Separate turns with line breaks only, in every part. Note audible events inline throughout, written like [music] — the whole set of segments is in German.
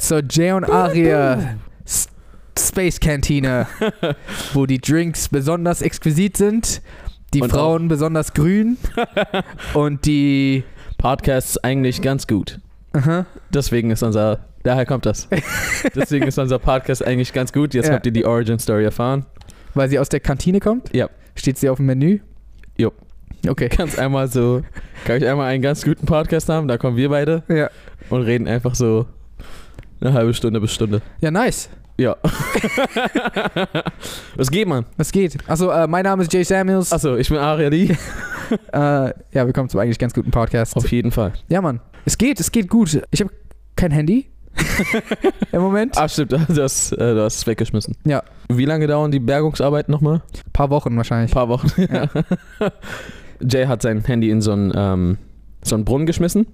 zur Jay und Aria S- Space
[laughs]
Kantine, wo die Drinks besonders exquisit sind, die
Und
Frauen besonders
[laughs]
grün und die.
Podcasts eigentlich ganz gut.
Aha.
Deswegen ist unser. Daher kommt das. Deswegen ist unser Podcast eigentlich ganz gut. Jetzt
Ja.
habt ihr die Origin Story erfahren.
Weil sie aus der Kantine kommt?
Ja.
Steht sie auf dem Menü?
Jo.
Okay.
Ganz einmal so. Kann ich einmal einen ganz guten Podcast haben? Da kommen wir beide
Ja.
und reden einfach so eine halbe Stunde bis Stunde.
Ja, nice.
Ja. Was geht, man?
Was geht? Achso, äh, mein Name ist Jay Samuels.
Achso, ich bin Aria Lee.
Äh, ja, willkommen zum eigentlich ganz guten Podcast.
Auf jeden Fall.
Ja, Mann. Es geht, es geht gut. Ich habe kein
[laughs]
Handy. Im Moment.
Ah, stimmt, du hast, äh, du hast es weggeschmissen.
Ja.
Wie lange dauern die Bergungsarbeiten nochmal?
paar Wochen wahrscheinlich.
Ein paar Wochen.
Ja.
[laughs] Jay hat sein Handy in so einen, ähm, so einen Brunnen geschmissen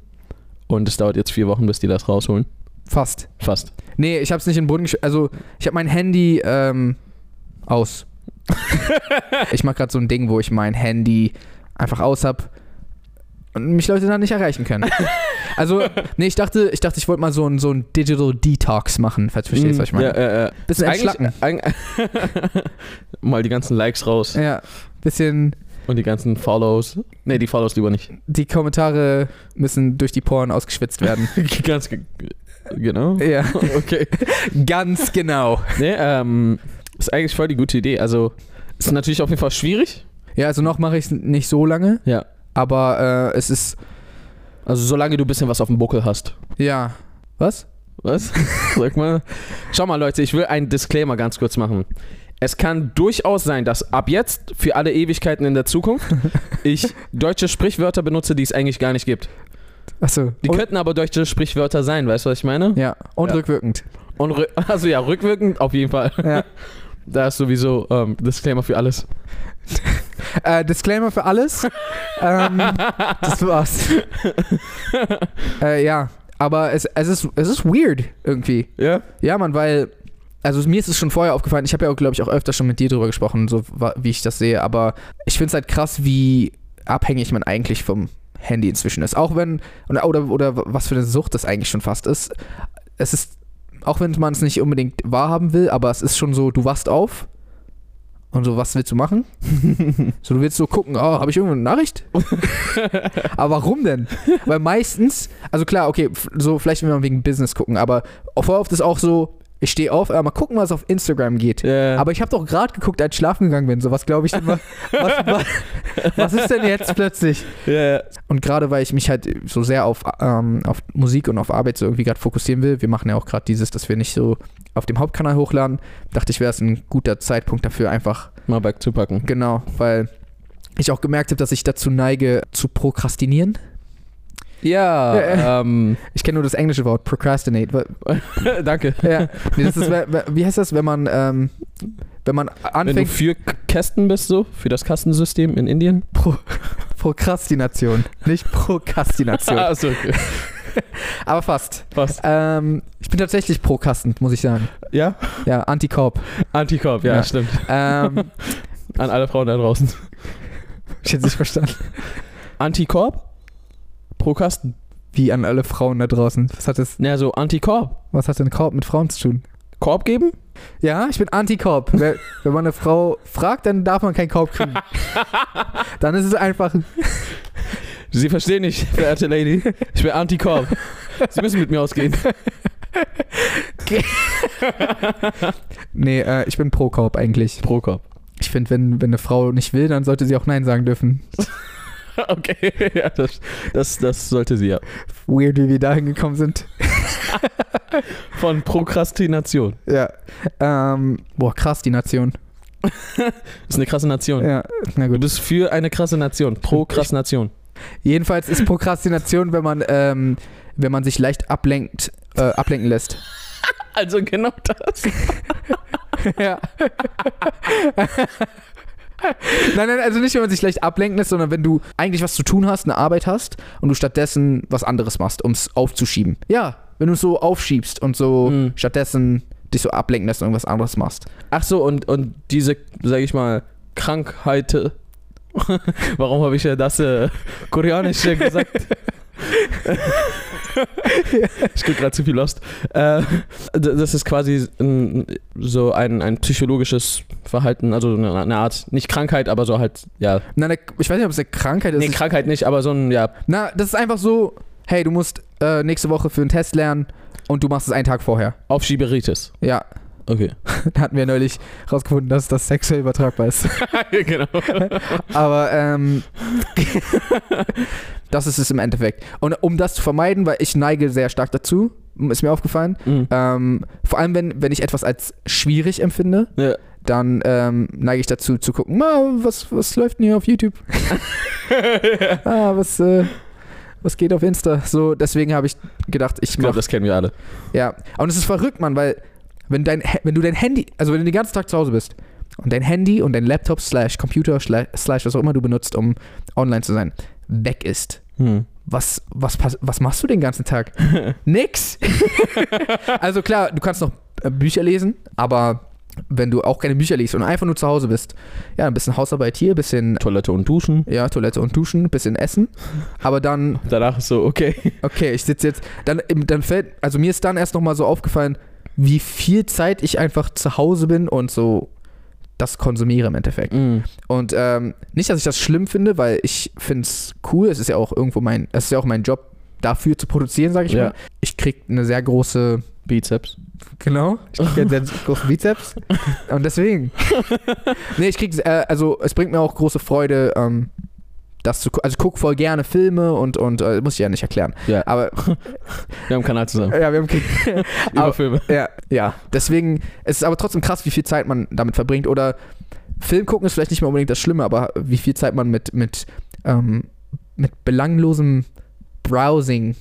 und es dauert jetzt vier Wochen, bis die das rausholen.
Fast.
Fast.
Nee, ich habe es nicht in den Boden gesch Also, ich habe mein Handy ähm,
[laughs]
aus. ich mache gerade so ein Ding, wo ich mein Handy einfach aus habe und mich Leute dann nicht erreichen
[laughs]
können. Also, nee, ich dachte, ich dachte, ich wollte mal so ein, so ein Digital Detox machen, falls du verstehst,
Mm,
was ich meine.
Ja, ja, ja.
Bisschen entschlacken.
Eigentlich, eig [laughs] mal die ganzen Likes raus
Ja, bisschen
und die ganzen Follows. Nee, die Follows lieber nicht. [laughs]
die Kommentare müssen durch die Poren ausgeschwitzt
[laughs]
werden.
Ganz ge- genau.
ja,
Okay.
ganz genau.
Nee, ähm, ist eigentlich voll die gute Idee. Also, ist natürlich auf jeden Fall schwierig.
Ja, also noch mache ich es nicht so lange.
Ja.
Aber äh, es ist,
Also, solange du ein bisschen was auf dem Buckel hast.
ja. Was?
Was? [laughs] Sag mal. Schau mal, Leute, ich will einen Disclaimer ganz kurz machen. Es kann durchaus sein, dass ab jetzt, für alle Ewigkeiten in der Zukunft, ich deutsche Sprichwörter benutze, die es eigentlich gar nicht gibt.
Achso.
Die könnten aber deutsche Sprichwörter sein, weißt du, was ich meine?
Ja, und
Ja.
rückwirkend.
Und rü- [laughs] also ja, rückwirkend auf jeden Fall. [laughs]
Ja.
Da ist sowieso ähm, Disclaimer für [laughs] alles.
[laughs] Äh, Disclaimer für alles.
[laughs]
ähm, das war's. äh, ja, aber es, es, ist, es ist weird irgendwie.
Ja?
Ja, Mann, weil, also mir ist es schon vorher aufgefallen, ich habe ja, glaube ich, auch öfter schon mit dir drüber gesprochen, so wa- wie ich das sehe, aber ich finde es halt krass, wie abhängig man eigentlich vom Handy inzwischen ist. Auch wenn, oder, oder, oder was für eine Sucht das eigentlich schon fast ist. Es ist, auch wenn man es nicht unbedingt wahrhaben will, aber es ist schon so, du wachst auf und so, was willst du machen? so, du willst so gucken, oh, habe ich irgendeine Nachricht? aber warum denn? Weil meistens, also klar, okay, f- so vielleicht will man wegen Business gucken, aber voll oft ist auch so, ich stehe auf, äh, mal gucken, was auf Instagram geht.
Ja.
Aber ich habe doch gerade geguckt, als ich schlafen gegangen bin. So was glaube ich immer. Was, was, was ist denn jetzt plötzlich?
ja.
Und gerade weil ich mich halt so sehr auf, ähm, auf Musik und auf Arbeit so irgendwie gerade fokussieren will, wir machen ja auch gerade dieses, dass wir nicht so auf dem Hauptkanal hochladen, dachte ich, wäre es ein guter Zeitpunkt dafür einfach.
Mal wegzupacken.
Genau, weil ich auch gemerkt habe, dass ich dazu neige, zu prokrastinieren.
Ja,
Ja.
ähm,
Ich kenne nur das englische Wort, procrastinate. wa-
[laughs] danke.
Ja, nee, das ist, we- we- wie heißt das, wenn man, ähm, wenn man
Wenn du
anfängt?
für K- Kästen bist, so, für das Kastensystem in [laughs] Indien.
Pro Prokrastination, nicht Prokrastination.
Ah, so, okay.
aber fast.
Was?
Ähm, ich bin tatsächlich prokastend, muss ich sagen.
Ja?
Ja, Antikorb.
Antikorb, ja,
Ja.
stimmt.
Ähm,
An alle Frauen da draußen.
[laughs] ich hätte nicht verstanden.
Antikorb? Prokasten.
Wie an alle Frauen da draußen. Was hat, das,
Na, so Antikorb.
was hat denn Korb mit Frauen zu tun?
Korb geben?
Ja, ich bin Antikorb. Wer- wenn man eine Frau fragt, dann darf man keinen Korb [laughs] kriegen. Dann ist es einfach.
Sie verstehen nicht, verehrte Lady. Ich bin [laughs] Antikorb. Sie müssen mit mir ausgehen.
Nee, äh, ich bin pro Korb eigentlich.
Prokorb.
Ich finde, wenn, wenn eine Frau nicht will, dann sollte sie auch Nein sagen dürfen.
[laughs] Okay, ja, das, das, das sollte sie ja.
Weird, wie wir da hingekommen sind.
Von Prokrastination.
Ja. Ähm, boah, krass, die Nation.
Ist eine krasse Nation.
Ja, na
Du
gut.
bist für eine krasse Nation. Prokrastination.
Jedenfalls ist Prokrastination, wenn man, ähm, wenn man sich leicht ablenkt, äh, ablenken lässt.
[laughs] Also genau das.
ja. [laughs] nein, nein, also nicht, wenn man sich leicht ablenken lässt, sondern wenn du eigentlich was zu tun hast, eine Arbeit hast und du stattdessen was anderes machst, um es aufzuschieben. Ja, wenn du es so aufschiebst und so
Mhm.
stattdessen dich so ablenken lässt und irgendwas anderes machst.
Ach so, und, und diese, sag ich mal, Krankheit. [laughs] [laughs] Warum habe ich ja das äh, Koreanische gesagt? Ich gucke gerade zu viel Lost. Äh, d- das ist quasi ein, so ein, ein psychologisches Verhalten, also eine, eine Art, nicht Krankheit, aber so halt, ja.
Nein, ne- ich weiß nicht, ob es eine Krankheit ist.
nee, Krankheit nicht, aber so ein, ja.
Na, das ist einfach so, hey, du musst äh, nächste Woche für einen Test lernen und du machst es einen Tag vorher.
Aufschieberitis.
Ja,
Okay.
[laughs] da hatten wir neulich rausgefunden, dass das sexuell übertragbar
[laughs]
ist.
genau.
[laughs] Aber ähm, [laughs] das ist es im Endeffekt. Und um das zu vermeiden, weil ich neige sehr stark dazu, ist mir aufgefallen,
Mhm.
ähm, vor allem wenn, wenn ich etwas als schwierig empfinde,
Ja.
dann ähm, neige ich dazu zu gucken, "Ma, was, was läuft denn hier auf
[laughs]
YouTube? [laughs] ah, was, äh, was geht auf Insta? So, deswegen habe ich gedacht, ich
Ich glaube,
mache.
das kennen wir alle.
Ja. Und es ist verrückt, Mann, weil wenn, dein, He- wenn du dein Handy, also wenn du den ganzen Tag zu Hause bist und dein Handy und dein Laptop slash Computer schla- slash was auch immer du benutzt, um online zu sein, weg ist.
Hm.
Was, was, pass- was machst du den ganzen Tag? Nix. also klar, du kannst noch äh, Bücher lesen, aber wenn du auch keine Bücher liest und einfach nur zu Hause bist, ja, ein bisschen Hausarbeit hier, ein bisschen
Toilette und Duschen.
ja, Toilette und Duschen, ein bisschen Essen, aber dann
Danach ist so, okay.
Okay, ich sitze jetzt. Dann, im- dann fällt, also mir ist dann erst nochmal so aufgefallen, wie viel Zeit ich einfach zu Hause bin und so das konsumiere im Endeffekt.
Mhm.
Und ähm, nicht, dass ich das schlimm finde, weil ich finde es cool. Es ist ja auch irgendwo mein, es ist ja auch mein Job, dafür zu produzieren, sage ich
Ja.
mal. Ich krieg eine sehr große,
Bizeps.
genau, ich krieg einen sehr großen
[laughs]
Bizeps. Und deswegen. nee, ich krieg, äh, also es bringt mir auch große Freude, ähm, das zu, gu- also ich guck voll gerne Filme und, und äh, muss ich ja nicht erklären.
Ja. [laughs]
Aber
Wir haben Kanal zusammen.
ja, wir haben kein-
Über Filme.
Ja, ja. Deswegen es ist es aber trotzdem krass, wie viel Zeit man damit verbringt. Oder Film gucken ist vielleicht nicht mehr unbedingt das Schlimme, aber wie viel Zeit man mit, mit, ähm, mit belanglosem Browsing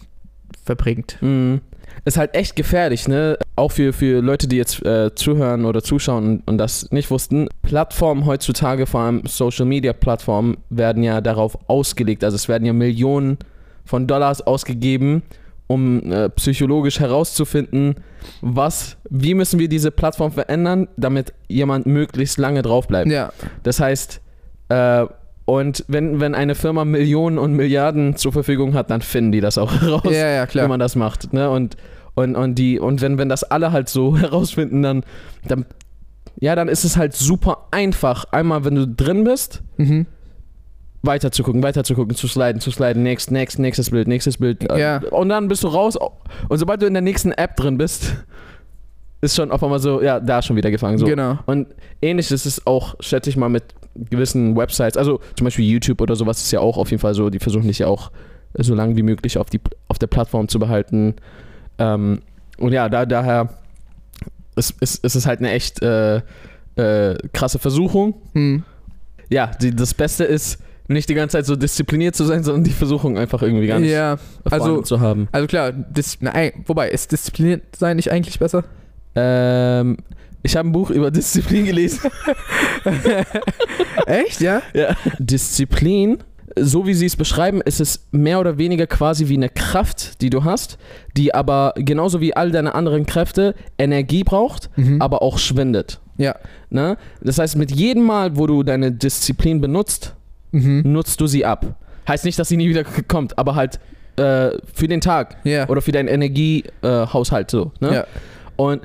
verbringt.
Mhm. Ist halt echt gefährlich, ne? Auch für, für Leute, die jetzt äh, zuhören oder zuschauen und, und das nicht wussten. Plattformen heutzutage, vor allem Social Media Plattformen, werden ja darauf ausgelegt. Also es werden ja Millionen von Dollars ausgegeben, um äh, psychologisch herauszufinden, was, wie müssen wir diese Plattform verändern, damit jemand möglichst lange drauf bleibt.
Ja,
Das heißt, äh, und wenn, wenn eine Firma Millionen und Milliarden zur Verfügung hat, dann finden die das auch [laughs] heraus
ja, ja,
wenn
klar.
man das macht. Ne? Und, und, und, die, und wenn, wenn das alle halt so [laughs] herausfinden, dann, dann, ja, dann ist es halt super einfach, einmal, wenn du drin bist,
Mhm.
weiter zu gucken, weiter zu gucken, zu sliden, zu sliden, next, next, nächstes Bild, nächstes Bild. äh,
Ja.
Und dann bist du raus. Und sobald du in der nächsten App drin bist, [laughs] ist schon auf einmal so, ja, da schon wieder gefangen. So.
Genau.
Und ähnlich ist es auch, schätze ich mal, mit gewissen Websites, also zum Beispiel YouTube oder sowas ist ja auch auf jeden Fall so, die versuchen dich ja auch so lange wie möglich auf, die, auf der Plattform zu behalten. Ähm, und ja, da, daher ist, ist, ist es halt eine echt äh, äh, krasse Versuchung.
Hm.
Ja, die, das Beste ist, nicht die ganze Zeit so diszipliniert zu sein, sondern die Versuchung einfach irgendwie ganz
Ja, also,
zu haben.
also klar, dis, nein, wobei, ist diszipliniert sein nicht eigentlich besser?
Ähm, ich habe ein Buch über Disziplin gelesen.
Echt, ja?
Disziplin, so wie sie es beschreiben, ist es mehr oder weniger quasi wie eine Kraft, die du hast, die aber genauso wie all deine anderen Kräfte Energie braucht,
Mhm.
aber auch schwindet.
Ja.
Ne? Das heißt, mit jedem Mal, wo du deine Disziplin benutzt,
Mhm.
nutzt du sie ab. Heißt nicht, dass sie nie wieder k- kommt, aber halt äh, für den Tag
Ja.
oder für deinen Energiehaushalt äh, Haushalt so. Ne?
Ja.
Und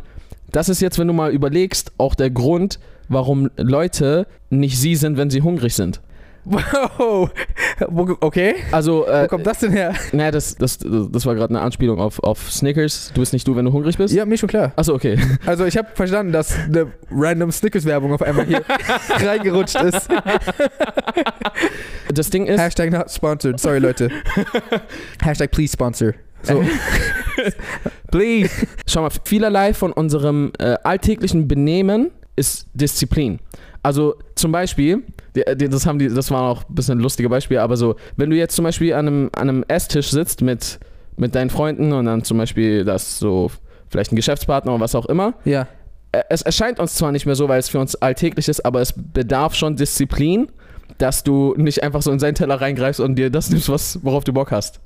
das ist jetzt, wenn du mal überlegst, auch der Grund, warum Leute nicht sie sind, wenn sie hungrig sind.
[laughs] Wow. Wo- Okay.
Also äh,
Wo kommt das denn her?
Naja, das, das, das war gerade eine Anspielung auf, auf Snickers. Du bist nicht du, wenn du hungrig bist?
Ja, mir schon klar.
Achso, okay.
Also ich habe verstanden, dass eine random Snickers-Werbung auf einmal
[laughs]
hier reingerutscht ist.
Das Ding ist,
Hashtag not sponsored. Sorry,
[laughs]
Leute. Hashtag please sponsor. So.
please. Schau mal, vielerlei von unserem äh, alltäglichen Benehmen ist Disziplin. Also zum Beispiel, die, die, das, haben die, das waren auch ein bisschen lustige Beispiele, aber so, wenn du jetzt zum Beispiel an einem, an einem Esstisch sitzt mit, mit deinen Freunden und dann zum Beispiel das so, vielleicht ein Geschäftspartner oder was auch immer,
Ja.
Äh, es erscheint uns zwar nicht mehr so, weil es für uns alltäglich ist, aber es bedarf schon Disziplin, dass du nicht einfach so in seinen Teller reingreifst und dir das nimmst, was, worauf du Bock hast.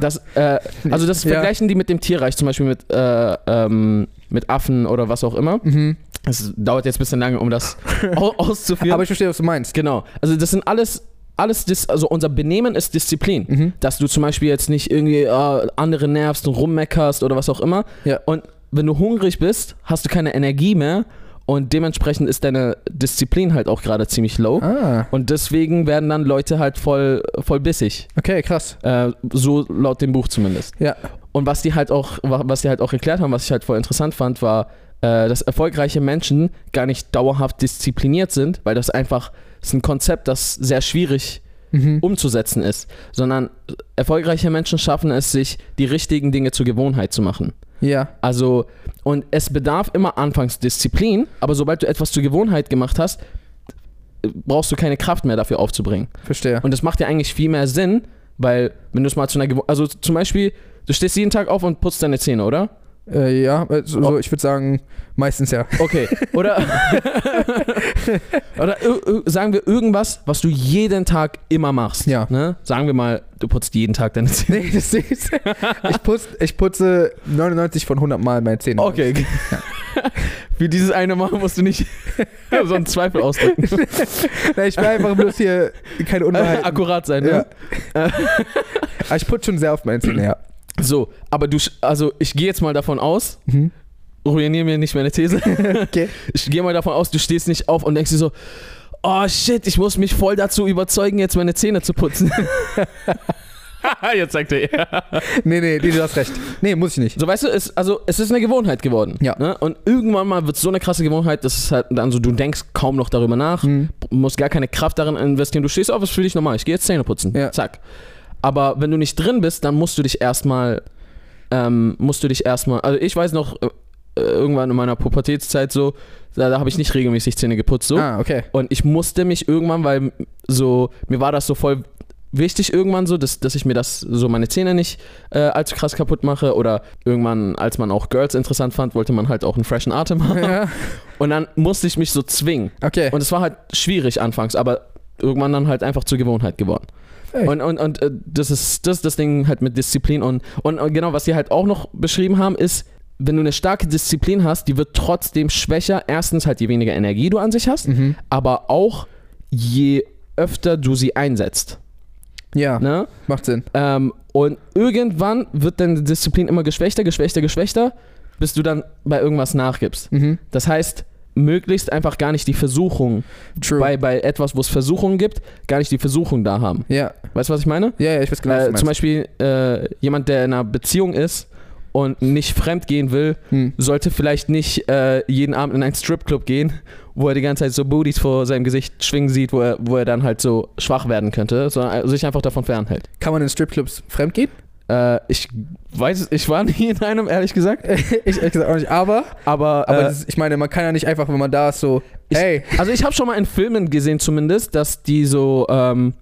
Das, äh, also das
Ja.
vergleichen die mit dem Tierreich, zum Beispiel mit, äh, ähm, mit Affen oder was auch immer.
Mhm.
Es dauert jetzt ein bisschen lange, um das au auszuführen.
Aber ich verstehe, was du meinst.
genau. Also das sind alles alles, dis also unser Benehmen ist Disziplin.
Mhm.
Dass du zum Beispiel jetzt nicht irgendwie äh, andere nervst und rummeckerst oder was auch immer.
Ja.
Und wenn du hungrig bist, hast du keine Energie mehr und dementsprechend ist deine Disziplin halt auch gerade ziemlich low.
Ah,
Und deswegen werden dann Leute halt voll, voll bissig.
okay, krass.
Äh, so laut dem Buch zumindest.
Ja.
Und was die halt auch, wa- was die halt auch erklärt haben, was ich halt voll interessant fand, war, äh, dass erfolgreiche Menschen gar nicht dauerhaft diszipliniert sind, weil das einfach das ist ein Konzept, das sehr schwierig
Mhm.
umzusetzen ist, sondern erfolgreiche Menschen schaffen es, sich die richtigen Dinge zur Gewohnheit zu machen.
Ja.
Also, und es bedarf immer anfangs Disziplin, aber sobald du etwas zur Gewohnheit gemacht hast, äh, brauchst du keine Kraft mehr dafür aufzubringen.
Verstehe.
Und das macht ja eigentlich viel mehr Sinn, weil wenn du es mal zu einer Gewohnheit, also zum Beispiel, du stehst jeden Tag auf und putzt deine Zähne, oder?
Äh, ja, äh, so, so, ich würde sagen, meistens ja. [laughs]
Okay, oder, [laughs] oder ir- ir- sagen wir irgendwas, was du jeden Tag immer machst.
Ja.
Ne? Sagen wir mal, du putzt jeden Tag deine Zähne.
Nee, das ist. Ich putze, ich putze 99 von 100 Mal meine Zähne.
Okay. [laughs] Für dieses eine Mal musst du [laughs] nicht so einen Zweifel ausdrücken.
Nee, ich will einfach bloß hier keine Unwahrheit.
[laughs] Akkurat sein, ne?
Ja. [laughs] Aber Ah, ich putze schon sehr oft meine Zähne, ja.
So, aber du, sch- also ich gehe jetzt mal davon aus,
Mhm.
ruiniere mir nicht meine [laughs] These.
Okay.
Ich gehe mal davon aus, du stehst nicht auf und denkst dir so, oh shit, ich muss mich voll dazu überzeugen, jetzt meine Zähne zu [laughs] putzen. jetzt sagt er ja.
Nee, nee, nee, du hast recht. Nee, muss ich nicht.
So, weißt du, es, also, es ist eine Gewohnheit geworden.
Ja.
Ne? Und irgendwann mal wird es so eine krasse Gewohnheit, dass es halt dann so, du denkst kaum noch darüber nach,
Mhm.
musst gar keine Kraft darin investieren. Du stehst auf, es ist für dich normal. Ich gehe jetzt Zähne putzen.
Ja.
Zack. Aber wenn du nicht drin bist, dann musst du dich erstmal, ähm, musst du dich erstmal, also ich weiß noch, äh, irgendwann in meiner Pubertätszeit so, da, da habe ich nicht regelmäßig Zähne geputzt. So.
Ah, okay.
Und ich musste mich irgendwann, weil so, mir war das so voll wichtig irgendwann so, dass, dass ich mir das, so meine Zähne nicht äh, allzu krass kaputt mache. Oder irgendwann, als man auch Girls interessant fand, wollte man halt auch einen freshen Atem haben.
Ja,
Und dann musste ich mich so zwingen.
okay.
Und es war halt schwierig anfangs, aber irgendwann dann halt einfach zur Gewohnheit geworden.
Echt?
Und, und, und äh, das ist das, ist das Ding halt mit Disziplin. Und, und äh, genau, was sie halt auch noch beschrieben haben, ist, wenn du eine starke Disziplin hast, die wird trotzdem schwächer. Erstens halt, je weniger Energie du an sich hast,
Mhm.
aber auch je öfter du sie einsetzt.
Ja,
Ne?
macht Sinn.
Ähm, und irgendwann wird deine Disziplin immer geschwächter, geschwächter, geschwächter, bis du dann bei irgendwas nachgibst.
Mhm.
Das heißt, möglichst einfach gar nicht die Versuchung
True.
bei, bei etwas, wo es Versuchungen gibt, gar nicht die Versuchung da haben.
Ja,
Weißt du, was ich meine?
ja, ja, ich weiß genau, was
äh,
du
zum
meinst.
Beispiel äh, jemand, der in einer Beziehung ist und nicht fremd gehen will,
Hm.
sollte vielleicht nicht äh, jeden Abend in einen Stripclub gehen, wo er die ganze Zeit so Booties vor seinem Gesicht schwingen sieht, wo er, wo er dann halt so schwach werden könnte, sondern äh, sich einfach davon fernhält.
Kann man in Stripclubs fremdgehen? [laughs]
Äh, ich weiß, es- ich war [laughs] nie in einem, ehrlich gesagt,
ich ehrlich gesagt auch nicht. Aber,
aber,
aber
äh,
das ist, ich meine, man kann ja nicht einfach, wenn man da ist, so,
Ich-
hey,
Also ich habe schon mal in Filmen gesehen zumindest, dass die so, ähm,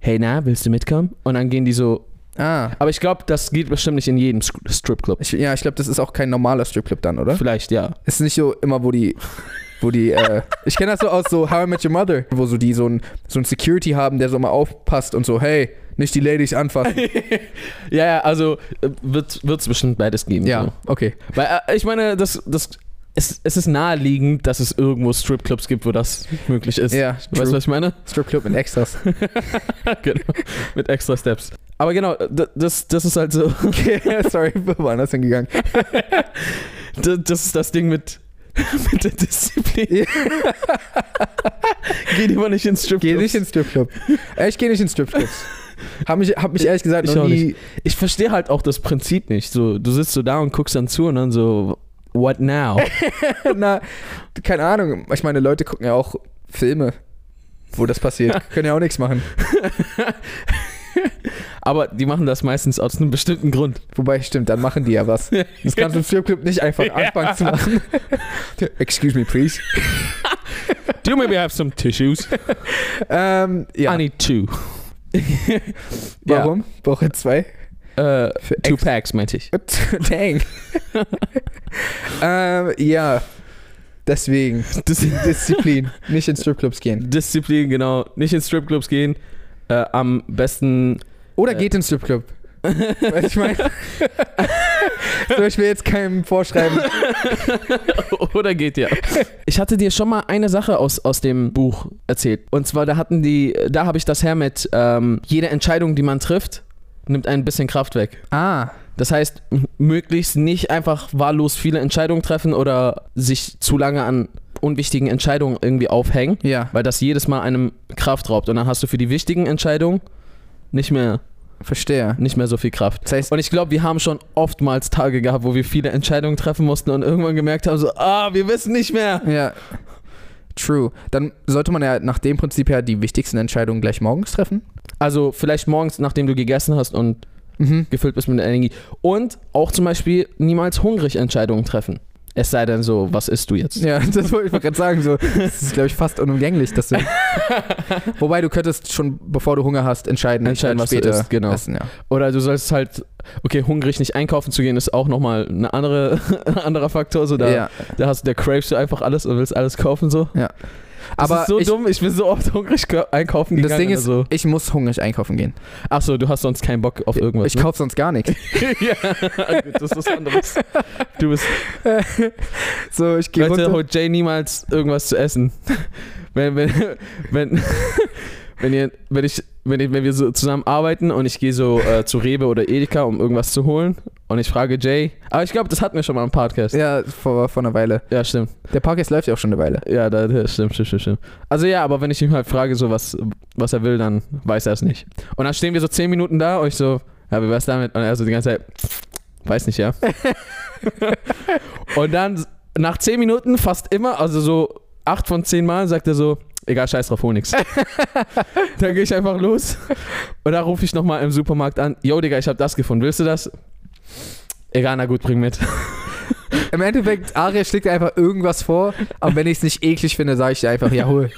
hey na, willst du mitkommen? Und dann gehen die so,
ah.
aber ich glaube, das geht bestimmt nicht in jedem Sk- Stripclub.
Ich, ja, ich glaube, das ist auch kein normaler Stripclub dann, oder?
Vielleicht, ja.
Ist nicht so immer, wo die, wo die,
[laughs]
äh, ich kenne das so aus so How I Met Your Mother, wo so die so ein, so ein Security haben, der so immer aufpasst und so, hey, nicht die Ladies
[laughs]
anfassen.
Ja, ja, also äh, wird es bestimmt beides geben.
ja,
So.
okay.
Weil äh, ich meine, das, das, es, es ist naheliegend, dass es irgendwo Stripclubs gibt, wo das möglich ist.
Ja,
Weißt du,
true.
was ich meine? [laughs]
Stripclub mit Extras.
genau. Mit extra Steps. Aber genau, d- das, das ist halt so,
[laughs]
[laughs]
Okay, [laughs] sorry, wo war das denn gegangen?
d- das ist das Ding mit, [laughs] mit der Disziplin.
Ja.
[laughs] Geh lieber nicht ins Stripclub.
Geh nicht in Stripclub. Äh, Ich gehe nicht in Stripclubs. Hab mich, hab mich ehrlich gesagt
Ich
noch
auch
nie.
Ich verstehe halt auch das Prinzip nicht. So, du sitzt so da und guckst dann zu und dann so, what now?
[laughs]
[laughs]
Na, keine Ahnung. Ich meine, Leute gucken ja auch Filme, wo das
[laughs]
passiert. Können ja auch nichts machen.
Aber die machen das meistens aus einem bestimmten [laughs] Grund.
Wobei, stimmt, dann machen die ja was. [laughs] Das kannst du im Stripclub nicht einfach anfangen zu machen. [laughs] Excuse me, please.
Do you maybe have some [laughs] tissues?
Ähm, ja.
I need [laughs] two.
Warum? Woche 2?
Ja, äh,
Für
two
Ex-
packs, meinte ich.
[laughs] Dang. ähm, ja. Deswegen. [laughs] Disziplin. Nicht in Stripclubs gehen.
Disziplin, genau. Nicht in Stripclubs gehen. Äh, am besten.
Oder [laughs]
Ja.
geht in Stripclub. Weißt du, ich meine. So, ich will jetzt keinem vorschreiben.
[laughs] Oder geht ja. Ich hatte dir schon mal eine Sache aus, aus dem Buch erzählt. Und zwar, da hatten die, da habe ich das her mit, ähm, jede Entscheidung, die man trifft, nimmt ein bisschen Kraft weg.
Ah,
Das heißt, m- möglichst nicht einfach wahllos viele Entscheidungen treffen oder sich zu lange an unwichtigen Entscheidungen irgendwie aufhängen,
ja,
weil das jedes Mal einem Kraft raubt. Und dann hast du für die wichtigen Entscheidungen nicht mehr,
verstehe.
nicht mehr so viel Kraft.
Das heißt,
Und ich glaube, wir haben schon oftmals Tage gehabt, wo wir viele Entscheidungen treffen mussten und irgendwann gemerkt haben, so, ah, wir wissen nicht mehr.
ja, true. Dann sollte man ja nach dem Prinzip her die wichtigsten Entscheidungen gleich morgens treffen.
Also vielleicht morgens, nachdem du gegessen hast und
Mhm.
gefüllt bist mit Energie. Und auch zum Beispiel niemals hungrig Entscheidungen treffen. Es sei denn so, was isst du jetzt?
Ja, [laughs] das wollte ich mal gerade sagen. So, das ist, glaube ich, fast unumgänglich,
[laughs]
dass du. Wobei du könntest schon, bevor du Hunger hast, entscheiden,
Entscheiden,
ich
was du
werde
isst, genau.
essen. Ja.
Oder du sollst halt, okay, hungrig nicht einkaufen zu gehen, ist auch nochmal ein andere, [laughs] ein anderer Faktor. So, da,
ja.
da hast da cravest du einfach alles und willst alles kaufen. So. Das
Aber
ist so
ich,
dumm, ich bin so oft hungrig ge- einkaufen gegangen.
das Ding ist,
also.
ich muss hungrig einkaufen gehen.
Achso, du hast sonst keinen Bock auf irgendwas.
ich
ne?
kaufe sonst gar
[laughs]
nichts.
ja, gut, das ist was anderes. Du bist.
So, ich gehe
Leute,
runter.
holt Jay niemals irgendwas zu essen. [laughs] Wenn, wenn, wenn, [laughs] wenn, ihr, wenn, ich, wenn, ich, wenn wir so zusammen arbeiten und ich gehe so äh, zu Rewe oder Edeka, um irgendwas zu holen und ich frage Jay, aber ich glaube, das hatten wir schon mal im Podcast. Ja,
Ja, vor, vor einer Weile.
stimmt.
Der Podcast läuft ja auch schon eine Weile.
Ja, da, da, stimmt, stimmt, stimmt, stimmt. Also ja, aber wenn ich ihm halt frage, so was, was er will, dann weiß er es nicht. Und dann stehen wir so 10 Minuten da und ich so, ja, wie wär's damit? Und er so die ganze Zeit, weiß nicht, ja. und dann nach 10 Minuten fast immer, also so 8 von 10 Mal, sagt er so, egal, scheiß drauf, hol nix. dann gehe ich einfach los und da rufe ich nochmal im Supermarkt an, yo Digga, ich habe das gefunden, willst du das? Egal, na gut, bring mit.
Im Endeffekt, Aria schlägt dir einfach irgendwas vor, aber wenn ich es nicht eklig finde, sage ich dir einfach, ja, hol.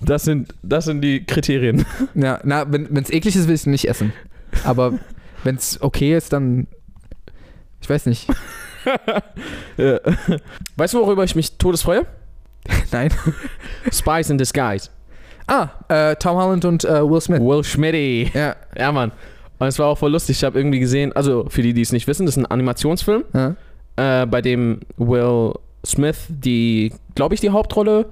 Das sind, das sind die Kriterien.
Ja, na, wenn es eklig ist, will ich es nicht essen. Aber wenn es okay ist, dann. Ich weiß nicht. [laughs]
Ja. [laughs] Weißt du, worüber ich mich todesfreue?
Nein.
Spies in Disguise.
Ah, äh, Tom Holland und äh, Will Smith.
Will Schmitty.
Ja.
Ja, Mann. Und es war auch voll lustig. Ich habe irgendwie gesehen, also für die, die es nicht wissen, das ist ein Animationsfilm,
ja.
äh, bei dem Will Smith die, glaube ich, die Hauptrolle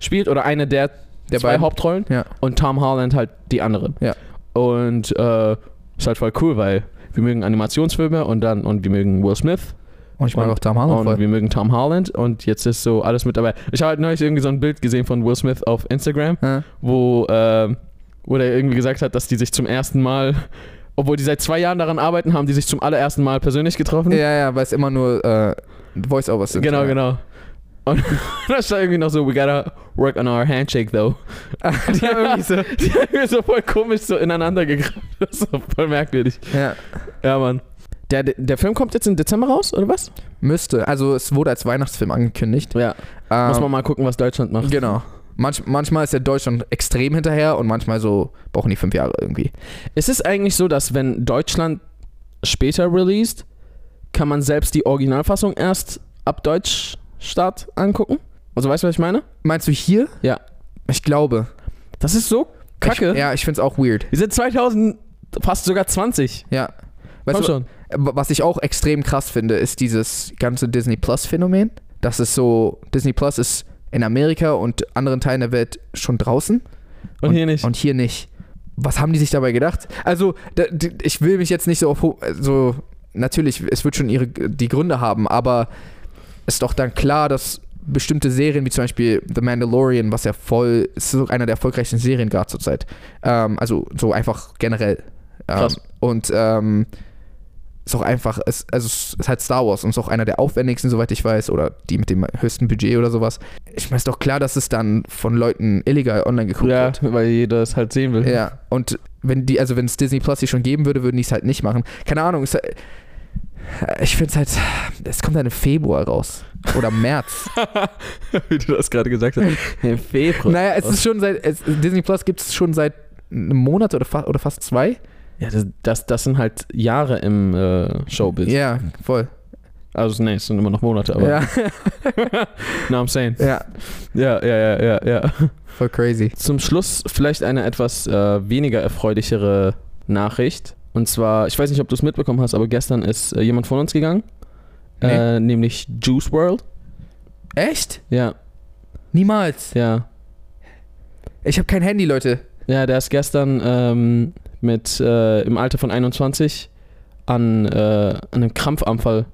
spielt oder eine der,
Der
zwei
beiden.
Hauptrollen
Ja.
und Tom Holland halt die andere.
Ja.
Und äh, ist halt voll cool, weil wir mögen Animationsfilme und dann und wir mögen Will Smith
Und ich mag
Und-
auch Tom Holland
Und
Oh, voll.
wir mögen Tom Holland und jetzt ist so alles mit dabei. Ich habe halt neulich irgendwie so ein Bild gesehen von Will Smith auf Instagram,
Ja.
wo, ähm, wo der irgendwie gesagt hat, dass die sich zum ersten Mal, obwohl die seit zwei Jahren daran arbeiten, haben die sich zum allerersten Mal persönlich getroffen.
ja, ja, weil es immer nur äh, Voice-Overs sind.
genau,
ja.
genau. Und [laughs] da stand irgendwie noch so, we gotta work on our handshake though.
[laughs]
[laughs]
die haben irgendwie so.
Die haben irgendwie so voll komisch so ineinander gegriffen. [laughs] Das ist so voll merkwürdig.
Ja.
Ja, Mann. Der, der Film kommt jetzt im Dezember raus, oder was?
Müsste. Also, es wurde als Weihnachtsfilm angekündigt.
Ja.
Ähm,
Muss man mal gucken, was Deutschland macht.
Genau. Manch, manchmal ist ja Deutschland extrem hinterher und manchmal so brauchen die fünf Jahre irgendwie.
Ist es eigentlich so, dass wenn Deutschland später released, kann man selbst die Originalfassung erst ab Deutschstart angucken? Also weißt du, was ich meine?
Meinst du hier?
Ja.
Ich glaube.
Das ist so kacke.
Ich, ja, ich find's auch weird.
Wir sind 2000, fast sogar 20.
Ja.
Komm
Weißt du,
schon.
was ich auch extrem krass finde, ist dieses ganze Disney Plus Phänomen. Das ist so, Disney Plus ist in Amerika und anderen Teilen der Welt schon draußen
Und, hier nicht.
und hier nicht. Was haben die sich dabei gedacht? Also, da, d- ich will mich jetzt nicht so auf, ho- so natürlich, es wird schon ihre, die Gründe haben, aber ist doch dann klar, dass bestimmte Serien, wie zum Beispiel The Mandalorian, was ja voll, ist so einer der erfolgreichsten Serien gerade zurzeit. Ähm, also so einfach generell. Ähm,
Krass.
Und ähm, ist auch einfach, es, also es ist halt Star Wars und ist auch einer der aufwendigsten, soweit ich weiß, oder die mit dem höchsten Budget oder sowas. Ich meine, ist doch klar, dass es dann von Leuten illegal online geguckt
ja,
wird.
weil jeder es halt sehen will.
Ja, und wenn die, also wenn es Disney Plus hier schon geben würde, würden die es halt nicht machen. Keine Ahnung, ist, halt- ich finde es halt, es kommt dann im Februar raus. Oder März.
[laughs] [laughs] Wie du das gerade
[laughs]
gesagt hast. Im Februar.
naja, es ist schon seit, es, Disney Plus gibt es schon seit einem Monat oder, fa oder fast zwei.
Ja, das, das, das sind halt Jahre im äh, Showbiz.
Ja, voll.
Also, nee, es sind immer noch Monate, aber. [laughs]
ja,
No, I'm saying.
ja,
Ja, ja, ja, ja, ja.
voll crazy.
Zum Schluss vielleicht eine etwas äh, weniger erfreulichere Nachricht. Und zwar, ich weiß nicht, ob du es mitbekommen hast, aber gestern ist äh, jemand von uns gegangen.
Nee.
Äh, nämlich Juice World.
Echt?
Ja,
Niemals.
ja.
Ich habe kein Handy, Leute.
Ja, der ist gestern ähm, mit äh, im Alter von 21 an, äh, an einem Krampfanfall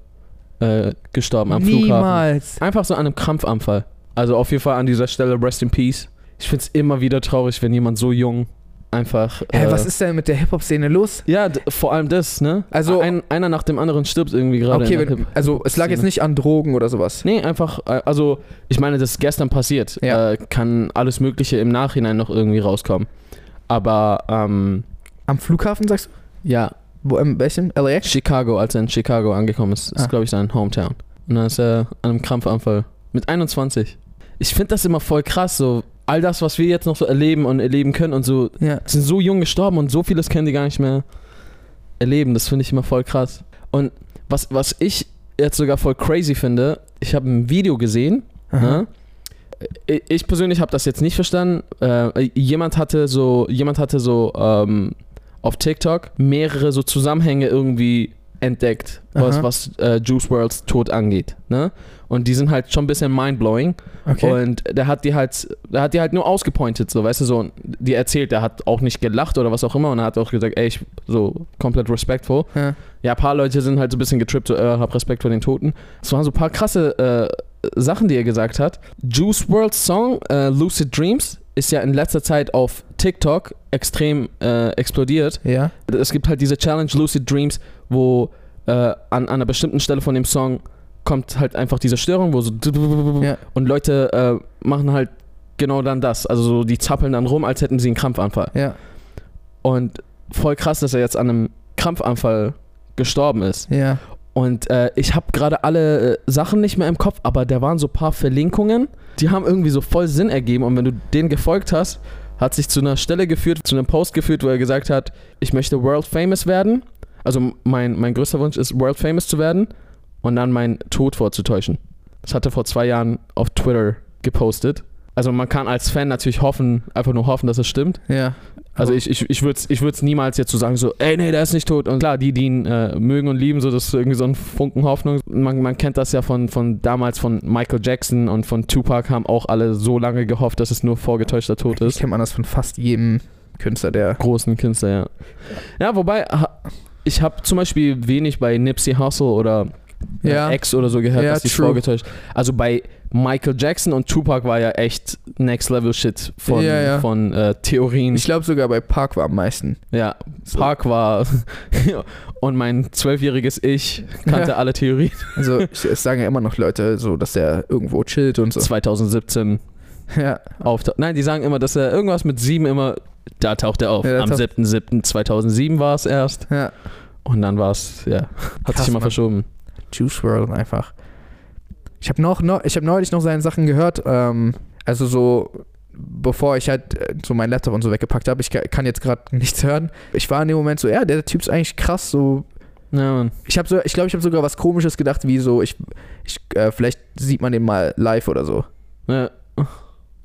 äh, gestorben am Flughafen.
Niemals.
Einfach so an einem Krampfanfall. Also auf jeden Fall an dieser Stelle Rest in Peace. Ich find's immer wieder traurig, wenn jemand so jung einfach. äh,
Hä, was ist denn mit der Hip-Hop-Szene los?
Ja, d- vor allem das, ne?
Also-
ein, einer nach dem anderen stirbt irgendwie gerade.
Okay,
in der
wenn,
Hip-
also es lag jetzt
Szene.
nicht an Drogen oder sowas.
Nee, einfach, äh, also ich meine, das ist gestern passiert.
Ja.
Äh, kann alles Mögliche im Nachhinein noch irgendwie rauskommen. Aber ähm,
Am Flughafen, sagst du?
ja,
Wo, in welchem? LAX?
Chicago, als er in Chicago angekommen ist.
Ah.
Ist, glaube ich, sein Hometown. Und dann ist er an einem Krampfanfall. Mit 21. Ich finde das immer voll krass, so all das, was wir jetzt noch so erleben und erleben können und so,
Ja.
sind so jung gestorben und so vieles können die gar nicht mehr erleben. Das finde ich immer voll krass. Und was, was ich jetzt sogar voll crazy finde, ich habe ein Video gesehen
Aha.
Ne? I- Ich persönlich habe das jetzt nicht verstanden. Äh, jemand hatte so, jemand hatte so ähm, auf TikTok mehrere so Zusammenhänge irgendwie entdeckt, was,
Aha.
was äh, Juice Worlds Tod angeht. Ne? Und die sind halt schon ein bisschen mindblowing.
Okay.
Und der hat die halt, der hat die halt nur ausgepointet, so, weißt du, so, und die erzählt, der hat auch nicht gelacht oder was auch immer und er hat auch gesagt, ey, ich, so, komplett respectful.
Ja.
Ja, ein paar Leute sind halt so ein bisschen getrippt, so, äh, hab Respekt vor den Toten. Es waren so ein paar krasse äh, Sachen, die er gesagt hat. Juice World's Song, äh, Lucid Dreams, ist ja in letzter Zeit auf TikTok extrem äh, explodiert
ja.
es gibt halt diese Challenge Lucid Dreams, wo äh, an, an einer bestimmten Stelle von dem Song kommt halt einfach diese Störung, wo so
Ja.
und Leute äh, machen halt genau dann das. Also so, die zappeln dann rum, als hätten sie einen Krampfanfall.
Ja.
Und voll krass, dass er jetzt an einem Krampfanfall gestorben ist.
Ja.
Und äh, ich habe gerade alle äh, Sachen nicht mehr im Kopf, aber da waren so ein paar Verlinkungen, die haben irgendwie so voll Sinn ergeben. Und wenn du denen gefolgt hast, hat sich zu einer Stelle geführt, zu einem Post geführt, wo er gesagt hat, ich möchte world famous werden. Also mein, mein größter Wunsch ist, world famous zu werden und dann meinen Tod vorzutäuschen. Das hat er vor zwei Jahren auf Twitter gepostet. Also man kann als Fan natürlich hoffen, einfach nur hoffen, dass es stimmt.
Ja.
Also ich, ich, ich würde es ich würd's niemals jetzt so sagen, so, ey, nee, der ist nicht tot. Und klar, die, die ihn äh, mögen und lieben, so, das ist irgendwie so ein Funken Hoffnung. Man, man kennt das ja von, von damals von Michael Jackson und von Tupac haben auch alle so lange gehofft, dass es nur vorgetäuschter Tod
Ich
ist.
kenne man das von fast jedem Künstler, der.
Großen Künstler, ja. Ja, wobei, ha- ich habe zum Beispiel wenig bei Nipsey Hussle oder äh, X oder so gehört,
Ja,
dass die
true.
vorgetäuscht. Also bei Michael Jackson und Tupac war ja echt Next Level Shit von,
Ja, ja.
von äh, Theorien.
Ich glaube sogar bei Park war am meisten.
Ja, Park war [laughs] und mein zwölfjähriges Ich kannte
Ja.
alle Theorien.
[laughs] Also ich- es sagen ja immer noch Leute, so dass er irgendwo chillt und so.
2017
[laughs] Ja.
auftaucht. Nein, die sagen immer, dass er irgendwas mit sieben immer, da taucht er auf.
Ja, da
Am
taucht-
7.7.2007 war es erst
Ja.
und dann war es, ja, hat
Krass,
sich immer
Mann.
verschoben.
Juice World einfach. Ich habe noch, noch, ich habe neulich noch seine Sachen gehört. Ähm, also so, bevor ich halt äh, so meinen Laptop und so weggepackt habe, ich ka- kann jetzt gerade nichts hören. Ich war in dem Moment so, ja, der Typ ist eigentlich krass. So,
Ja, Mann.
ich habe so, ich glaube, ich habe sogar was Komisches gedacht, wie so, ich, ich, äh, vielleicht sieht man den mal live oder so.
Ja,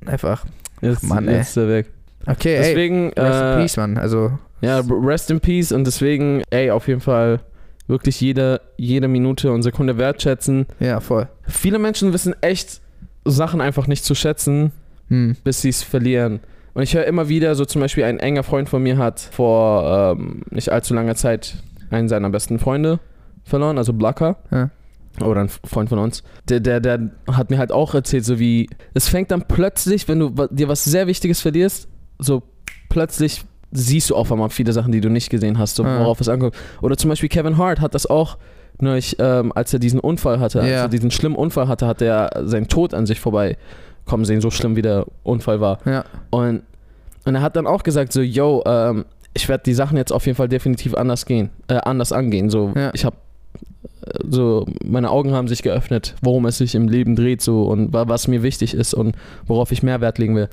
Einfach.
jetzt,
Mann, ey.
jetzt ist er weg.
Okay, ey,
Deswegen,
rest in
äh,
peace, Mann. Also
ja, rest in peace und deswegen, ey, auf jeden Fall wirklich jede, jede Minute und Sekunde wertschätzen.
ja, voll.
Viele Menschen wissen echt Sachen einfach nicht zu schätzen.
Hm.
bis sie es verlieren. Und ich höre immer wieder, so zum Beispiel ein enger Freund von mir hat vor ähm, nicht allzu langer Zeit einen seiner besten Freunde verloren, also Blacker.
Ja.
Oder ein Freund von uns. Der, der, der hat mir halt auch erzählt, so wie es fängt dann plötzlich, wenn du wa- dir was sehr Wichtiges verlierst, so plötzlich siehst du auf einmal viele Sachen, die du nicht gesehen hast, so,
Ja.
worauf es ankommt. Oder zum Beispiel Kevin Hart hat das auch neulich, ähm, als er diesen Unfall hatte, als
Ja.
er diesen schlimmen Unfall hatte, hat er seinen Tod an sich vorbeikommen sehen, so schlimm wie der Unfall war.
Ja.
Und, und er hat dann auch gesagt, so, yo, ähm, ich werde die Sachen jetzt auf jeden Fall definitiv anders gehen, äh, anders angehen. So,
Ja.
ich habe so, meine Augen haben sich geöffnet, worum es sich im Leben dreht, so und wa was mir wichtig ist und worauf ich Mehrwert legen will.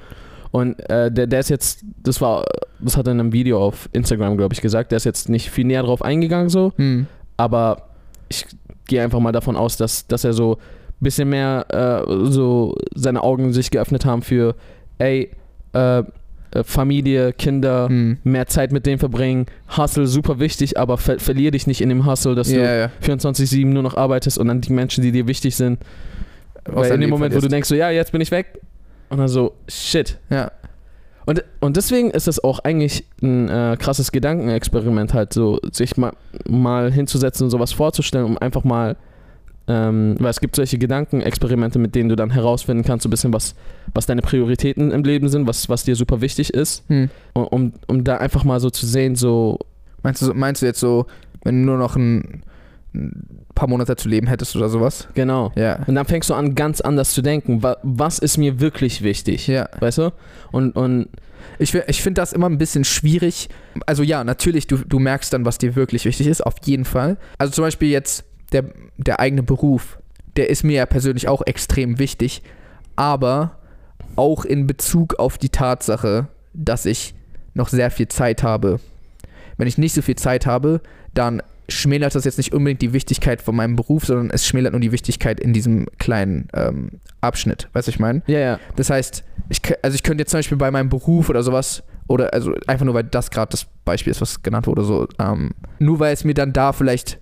Und äh, der, der ist jetzt, das war, das hat er in einem Video auf Instagram, glaube ich, gesagt, der ist jetzt nicht viel näher drauf eingegangen, so,
Hm.
aber ich gehe einfach mal davon aus, dass, dass er so ein bisschen mehr äh, so seine Augen sich geöffnet haben für, ey, äh, äh, Familie, Kinder,
Hm.
mehr Zeit mit denen verbringen. Hustle super wichtig, aber ver verlier dich nicht in dem Hustle, dass
Ja, ja.
du 24-7 nur noch arbeitest und an die Menschen, die dir wichtig sind.
Aus
Weil in
deinem
dem
Leben
Moment, wo du
verlierst.
denkst, so, ja, jetzt bin ich weg. Und dann so, shit.
Ja.
Und, und deswegen ist es auch eigentlich ein äh, krasses Gedankenexperiment, halt so sich mal, mal hinzusetzen und sowas vorzustellen, um einfach mal, ähm, weil es gibt solche Gedankenexperimente, mit denen du dann herausfinden kannst, so ein bisschen, was, was deine Prioritäten im Leben sind, was, was dir super wichtig ist,
Hm.
um, um, um da einfach mal so zu sehen, so,
Meinst du, so- meinst du jetzt so, wenn du nur noch ein, ein paar Monate zu leben hättest oder sowas?
genau.
Ja.
Und dann fängst du an, ganz anders zu denken, wa was ist mir wirklich wichtig,
Ja.
weißt du? Und, und
Ich, fi- ich finde das immer ein bisschen schwierig. Also ja, natürlich, du, du merkst dann, was dir wirklich wichtig ist, auf jeden Fall. Also zum Beispiel jetzt der, der eigene Beruf, der ist mir ja persönlich auch extrem wichtig, aber auch in Bezug auf die Tatsache, dass ich noch sehr viel Zeit habe. Wenn ich nicht so viel Zeit habe, dann schmälert das jetzt nicht unbedingt die Wichtigkeit von meinem Beruf, sondern es schmälert nur die Wichtigkeit in diesem kleinen ähm, Abschnitt. Weißt du, was ich meine?
ja, ja.
Das heißt, ich, kö- also ich könnte jetzt zum Beispiel bei meinem Beruf oder sowas, oder also einfach nur, weil das gerade das Beispiel ist, was genannt wurde, so, ähm, nur weil es mir dann da vielleicht,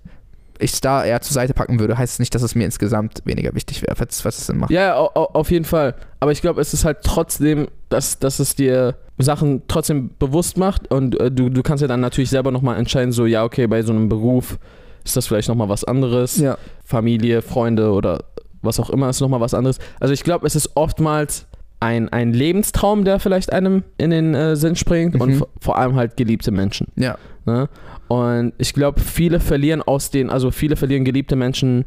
ich es da eher zur Seite packen würde, heißt es nicht, dass es mir insgesamt weniger wichtig wäre, falls, falls es Sinn macht.
Ja, ja, au- au- auf jeden Fall. Aber ich glaube, es ist halt trotzdem, dass, dass es dir Sachen trotzdem bewusst macht und äh, du, du kannst ja dann natürlich selber nochmal entscheiden, so, ja, okay, bei so einem Beruf ist das vielleicht nochmal was anderes.
Ja.
Familie, Freunde oder was auch immer ist nochmal was anderes. Also ich glaube, es ist oftmals ein, ein Lebenstraum, der vielleicht einem in den äh, Sinn springt und
Mhm.
v- vor allem halt geliebte Menschen.
Ja.
Ne? Und ich glaube, viele verlieren aus den, also viele verlieren geliebte Menschen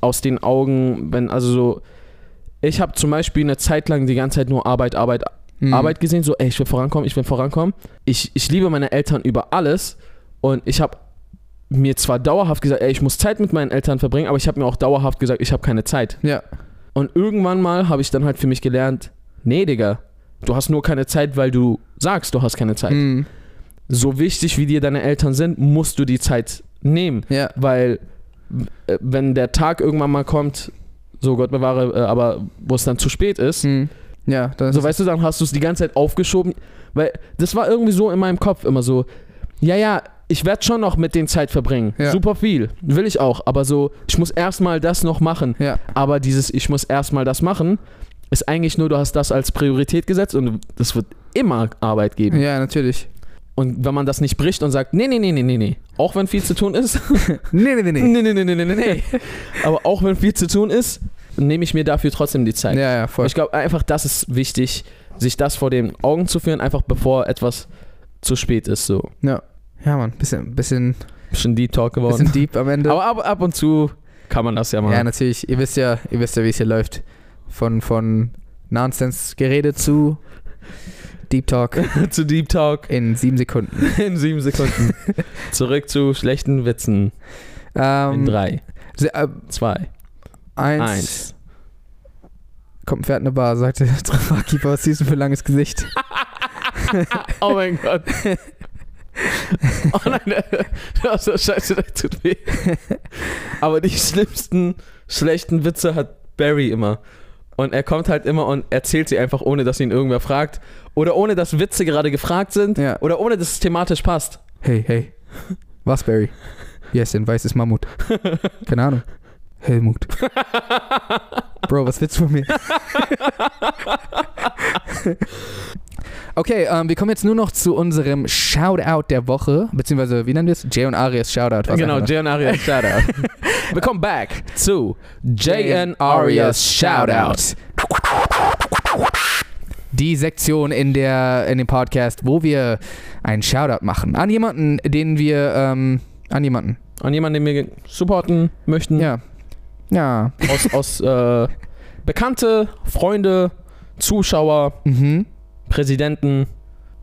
aus den Augen, wenn, also so, ich habe zum Beispiel eine Zeit lang die ganze Zeit nur Arbeit, Arbeit,
Mhm.
Arbeit gesehen, so, ey, ich will vorankommen, ich will vorankommen. Ich, ich liebe meine Eltern über alles und ich habe mir zwar dauerhaft gesagt, ey, ich muss Zeit mit meinen Eltern verbringen, aber ich habe mir auch dauerhaft gesagt, ich habe keine Zeit.
Ja.
Und irgendwann mal habe ich dann halt für mich gelernt, nee, Digga, du hast nur keine Zeit, weil du sagst, du hast keine Zeit
Mhm.
so wichtig wie dir deine Eltern sind, musst du die Zeit nehmen.
Ja.
Weil, äh, wenn der Tag irgendwann mal kommt, so Gott bewahre, äh, aber wo es dann zu spät ist,
Mhm. Ja, dann
so weißt du, dann hast du es die ganze Zeit aufgeschoben. Weil das war irgendwie so in meinem Kopf immer so, ja, ja, ich werde schon noch mit den Zeit verbringen.
Ja.
Super viel. Will ich auch. Aber so, ich muss erstmal das noch machen.
Ja.
Aber dieses, ich muss erstmal das machen, ist eigentlich nur, du hast das als Priorität gesetzt und das wird immer Arbeit geben.
Ja, natürlich.
Und wenn man das nicht bricht und sagt, nee, nee, nee, nee, nee, nee, auch wenn viel zu tun ist, [laughs]
Nee, nee, nee, nee.
nee, nee, nee, nee, nee, nee,
[laughs]
nee, aber auch wenn viel zu tun ist, nehme ich mir dafür trotzdem die Zeit.
Ja, ja, voll.
Ich glaube einfach, das ist wichtig, sich das vor den Augen zu führen, einfach bevor etwas zu spät ist, so.
Ja, Mann, bisschen, bisschen,
Bisschen Deep Talk geworden.
bisschen deep am Ende.
Aber ab, ab und zu kann man das ja mal.
Ja, natürlich. Ihr wisst ja, ihr wisst ja, wie es hier läuft. Von, von Nonsense-Gerede zu Deep Talk
[laughs] zu Deep Talk
in sieben Sekunden.
in
[laughs]
sieben Sekunden. Zurück zu schlechten Witzen in
Ähm,
drei,
se- äh,
zwei,
eins.
eins.
Kommt ein Pferd in eine Bar, sagte der [laughs] Trafalkeeper, was siehst du für ein langes Gesicht?
Oh mein Gott. Oh nein, das ist scheiße, das tut weh. Aber die schlimmsten, schlechten Witze hat Barry immer. Und er kommt halt immer und erzählt sie einfach, ohne dass ihn irgendwer fragt. Oder ohne, dass Witze gerade gefragt sind.
Ja.
Oder ohne, dass es thematisch passt.
Hey, hey. Was, Barry? Wie heißt denn weißes Mammut? Keine Ahnung. Helmut. Bro, was willst du von mir? okay, ähm, wir kommen jetzt nur noch zu unserem Shoutout der Woche. Beziehungsweise, wie nennen wir es? Jay und Arias Shoutout. war's
genau,
einfach
Jay und Arias Shoutout. [laughs] Willkommen back zu Jay and Arias Shoutout.
Die Sektion in, der, in dem Podcast, wo wir einen Shoutout machen. An jemanden, den wir, ähm, an jemanden.
An jemanden, den wir supporten möchten.
Ja. Ja.
Aus, aus äh, Bekannte, Freunde, Zuschauer,
Mhm.
Präsidenten,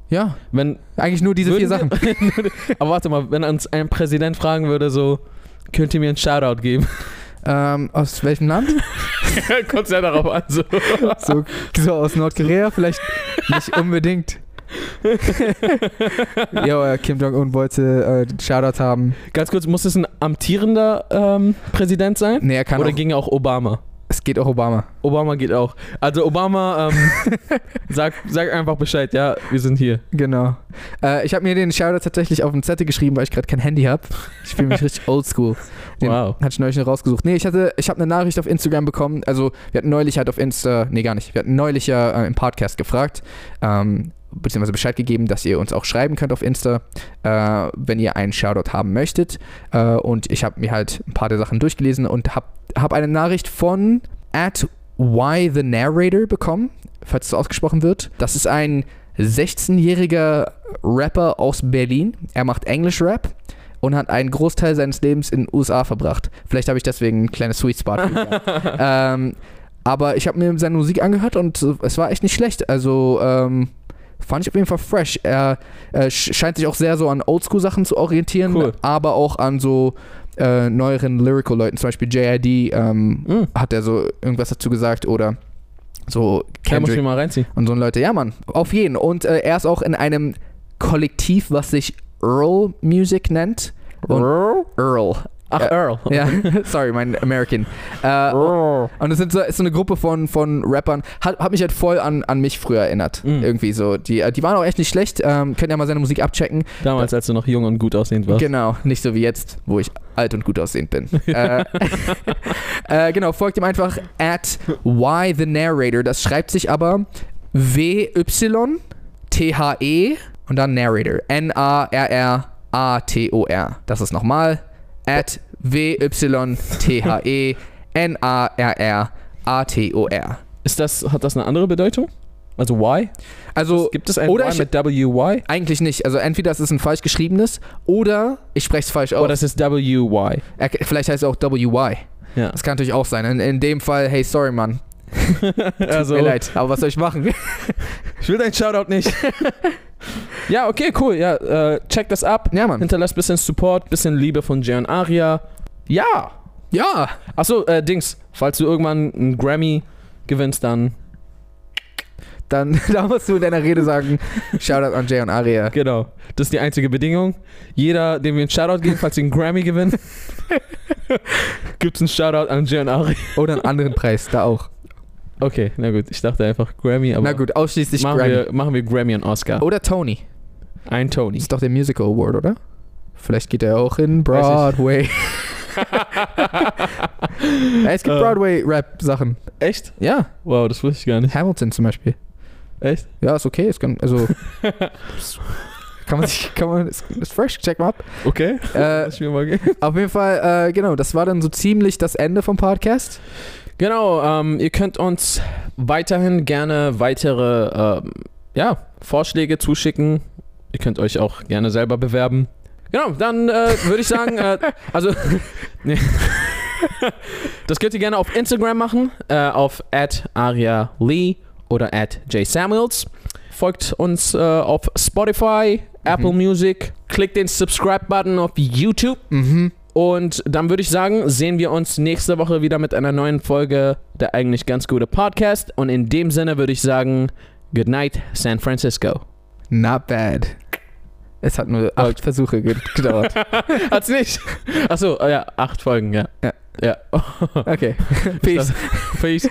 Ja.
wenn
Eigentlich nur diese vier Sachen.
würden wir- aber warte mal, wenn uns ein Präsident fragen würde, so könnt ihr mir einen Shoutout geben?
Ähm, aus welchem Land?
Kommt ja darauf an. [laughs]
So,
So.
[laughs] so aus Nordkorea vielleicht nicht [laughs] unbedingt. Jo, äh, Kim Jong-un wollte äh, Shoutout haben.
Ganz kurz, muss es ein amtierender ähm, Präsident sein?
Nee, er kann
Oder
auch,
ging auch Obama?
Es geht auch Obama.
Obama geht auch. Also Obama, ähm, sag, sag einfach Bescheid, ja, wir sind hier.
Genau. Äh, ich habe mir den Shoutout tatsächlich auf dem Zettel geschrieben, weil ich gerade kein Handy habe. Ich fühle [laughs] mich richtig oldschool. Den
Wow.
hatte ich neulich noch rausgesucht. Nee, ich hatte, ich habe eine Nachricht auf Instagram bekommen. Also wir hatten neulich halt auf Insta, nee gar nicht, wir hatten neulich ja äh, im Podcast gefragt, ähm, beziehungsweise Bescheid gegeben, dass ihr uns auch schreiben könnt auf Insta, äh, wenn ihr einen Shoutout haben möchtet. Äh, und ich habe mir halt ein paar der Sachen durchgelesen und habe hab eine Nachricht von at Why the Narrator bekommen, falls es so ausgesprochen wird. Das ist ein 16-jähriger Rapper aus Berlin. Er macht Englisch-Rap und hat einen Großteil seines Lebens in den USA verbracht. Vielleicht habe ich deswegen ein kleines Sweet Spot. ähm, aber ich habe mir seine Musik angehört und äh, es war echt nicht schlecht. Also ähm, fand ich auf jeden Fall fresh. Er äh, sch- scheint sich auch sehr so an Oldschool-Sachen zu orientieren,
Cool.
aber auch an so äh, neueren Lyrical-Leuten, zum Beispiel JID ähm,
Mhm.
hat er so irgendwas dazu gesagt oder so
Da muss ich
Kendrick
mir mal reinziehen.
und so Leute. Ja, Mann, auf jeden. Und äh, er ist auch in einem Kollektiv, was sich Earl Music nennt. Und Earl.
Ach,
Ja.
Earl. [laughs]
Ja, sorry, mein American. Äh,
Earl.
und es sind so, ist so eine Gruppe von, von Rappern. Hat, hat mich halt voll an, an mich früher erinnert.
Mhm.
Irgendwie so. Die, äh, die waren auch echt nicht schlecht. Ähm, könnt ihr mal seine Musik abchecken.
Damals, als du noch jung und gut aussehend warst.
Genau, nicht so wie jetzt, wo ich alt und gut aussehend bin. äh, [laughs] äh, genau, folgt ihm einfach at why the narrator. Das schreibt sich aber W-Y-T-H-E E und dann narrator. N-A-R-R-A-T-O-R. Das ist nochmal at W-Y-T-H-E N-A-R-R-A-T-O-R.
Ist das, hat das eine andere Bedeutung? Also Y?
Also
Gibt es ein
oder
Y
ich-
mit WY?
eigentlich nicht. Also entweder es ist ein falsch geschriebenes oder ich spreche es falsch
Oder
aus.
das ist WY?
Er- Vielleicht heißt es auch W-Y.
Ja.
Das kann natürlich auch sein. In, in dem Fall, hey, sorry, Mann.
Also,
Mir leid, aber was soll ich
[laughs]
machen?
ich will deinen
[laughs]
Shoutout nicht. ja, okay, cool. Ja, äh, check das ab.
ja, Mann.
Hinterlasst bisschen Support, bisschen Liebe von Jay und Aria. Ja!
Ja,
Achso, äh, Dings, falls du irgendwann einen Grammy gewinnst, dann.
dann [laughs] da musst du in deiner Rede
[laughs]
sagen, Shoutout an Jay und Aria.
Genau. Das ist die einzige Bedingung. Jeder, dem wir einen Shoutout geben, falls sie einen Grammy gewinnen,
[laughs]
gibt's einen Shoutout an Jay und Aria.
Oder einen anderen Preis, da auch.
Okay, na gut, ich dachte einfach Grammy, aber.
Na gut, ausschließlich
machen,
Grammy.
Wir, machen wir Grammy und Oscar.
Oder Tony.
Ein Tony.
Ist doch der Musical Award, oder? Vielleicht geht er auch in
Weiß ich. [laughs]
Broadway. Ja, [laughs] es gibt
Äh.
Broadway-Rap-Sachen.
Echt?
Ja,
Wow, das wusste ich gar nicht.
Hamilton zum Beispiel.
Echt?
Ja, ist okay. Es kann,
[laughs]
also, kann man sich, kann man, ist, ist fresh, check mal ab.
Okay.
Äh,
Lass mich mal gehen.
Auf jeden Fall, äh, genau, das war dann so ziemlich das Ende vom Podcast.
Genau, ähm, ihr könnt uns weiterhin gerne weitere ähm, ja, Vorschläge zuschicken. Ihr könnt euch auch gerne selber bewerben. Genau, dann äh, würde ich sagen, äh, also, [laughs] nee. das könnt ihr gerne auf Instagram machen, äh, auf @aria_lee oder @jsamuels. Folgt uns äh, auf Spotify, Apple Music, klickt den Subscribe-Button auf YouTube.
Mhm.
Und dann würde ich sagen, sehen wir uns nächste Woche wieder mit einer neuen Folge der eigentlich ganz gute Podcast. Und in dem Sinne würde ich sagen, good night, San Francisco.
Not bad. Es hat nur acht Versuche ge-
[laughs]
gedauert.
[laughs] Hat's nicht? Achso, ja, acht Folgen, ja.
Ja.
ja.
Okay. Peace.
Peace.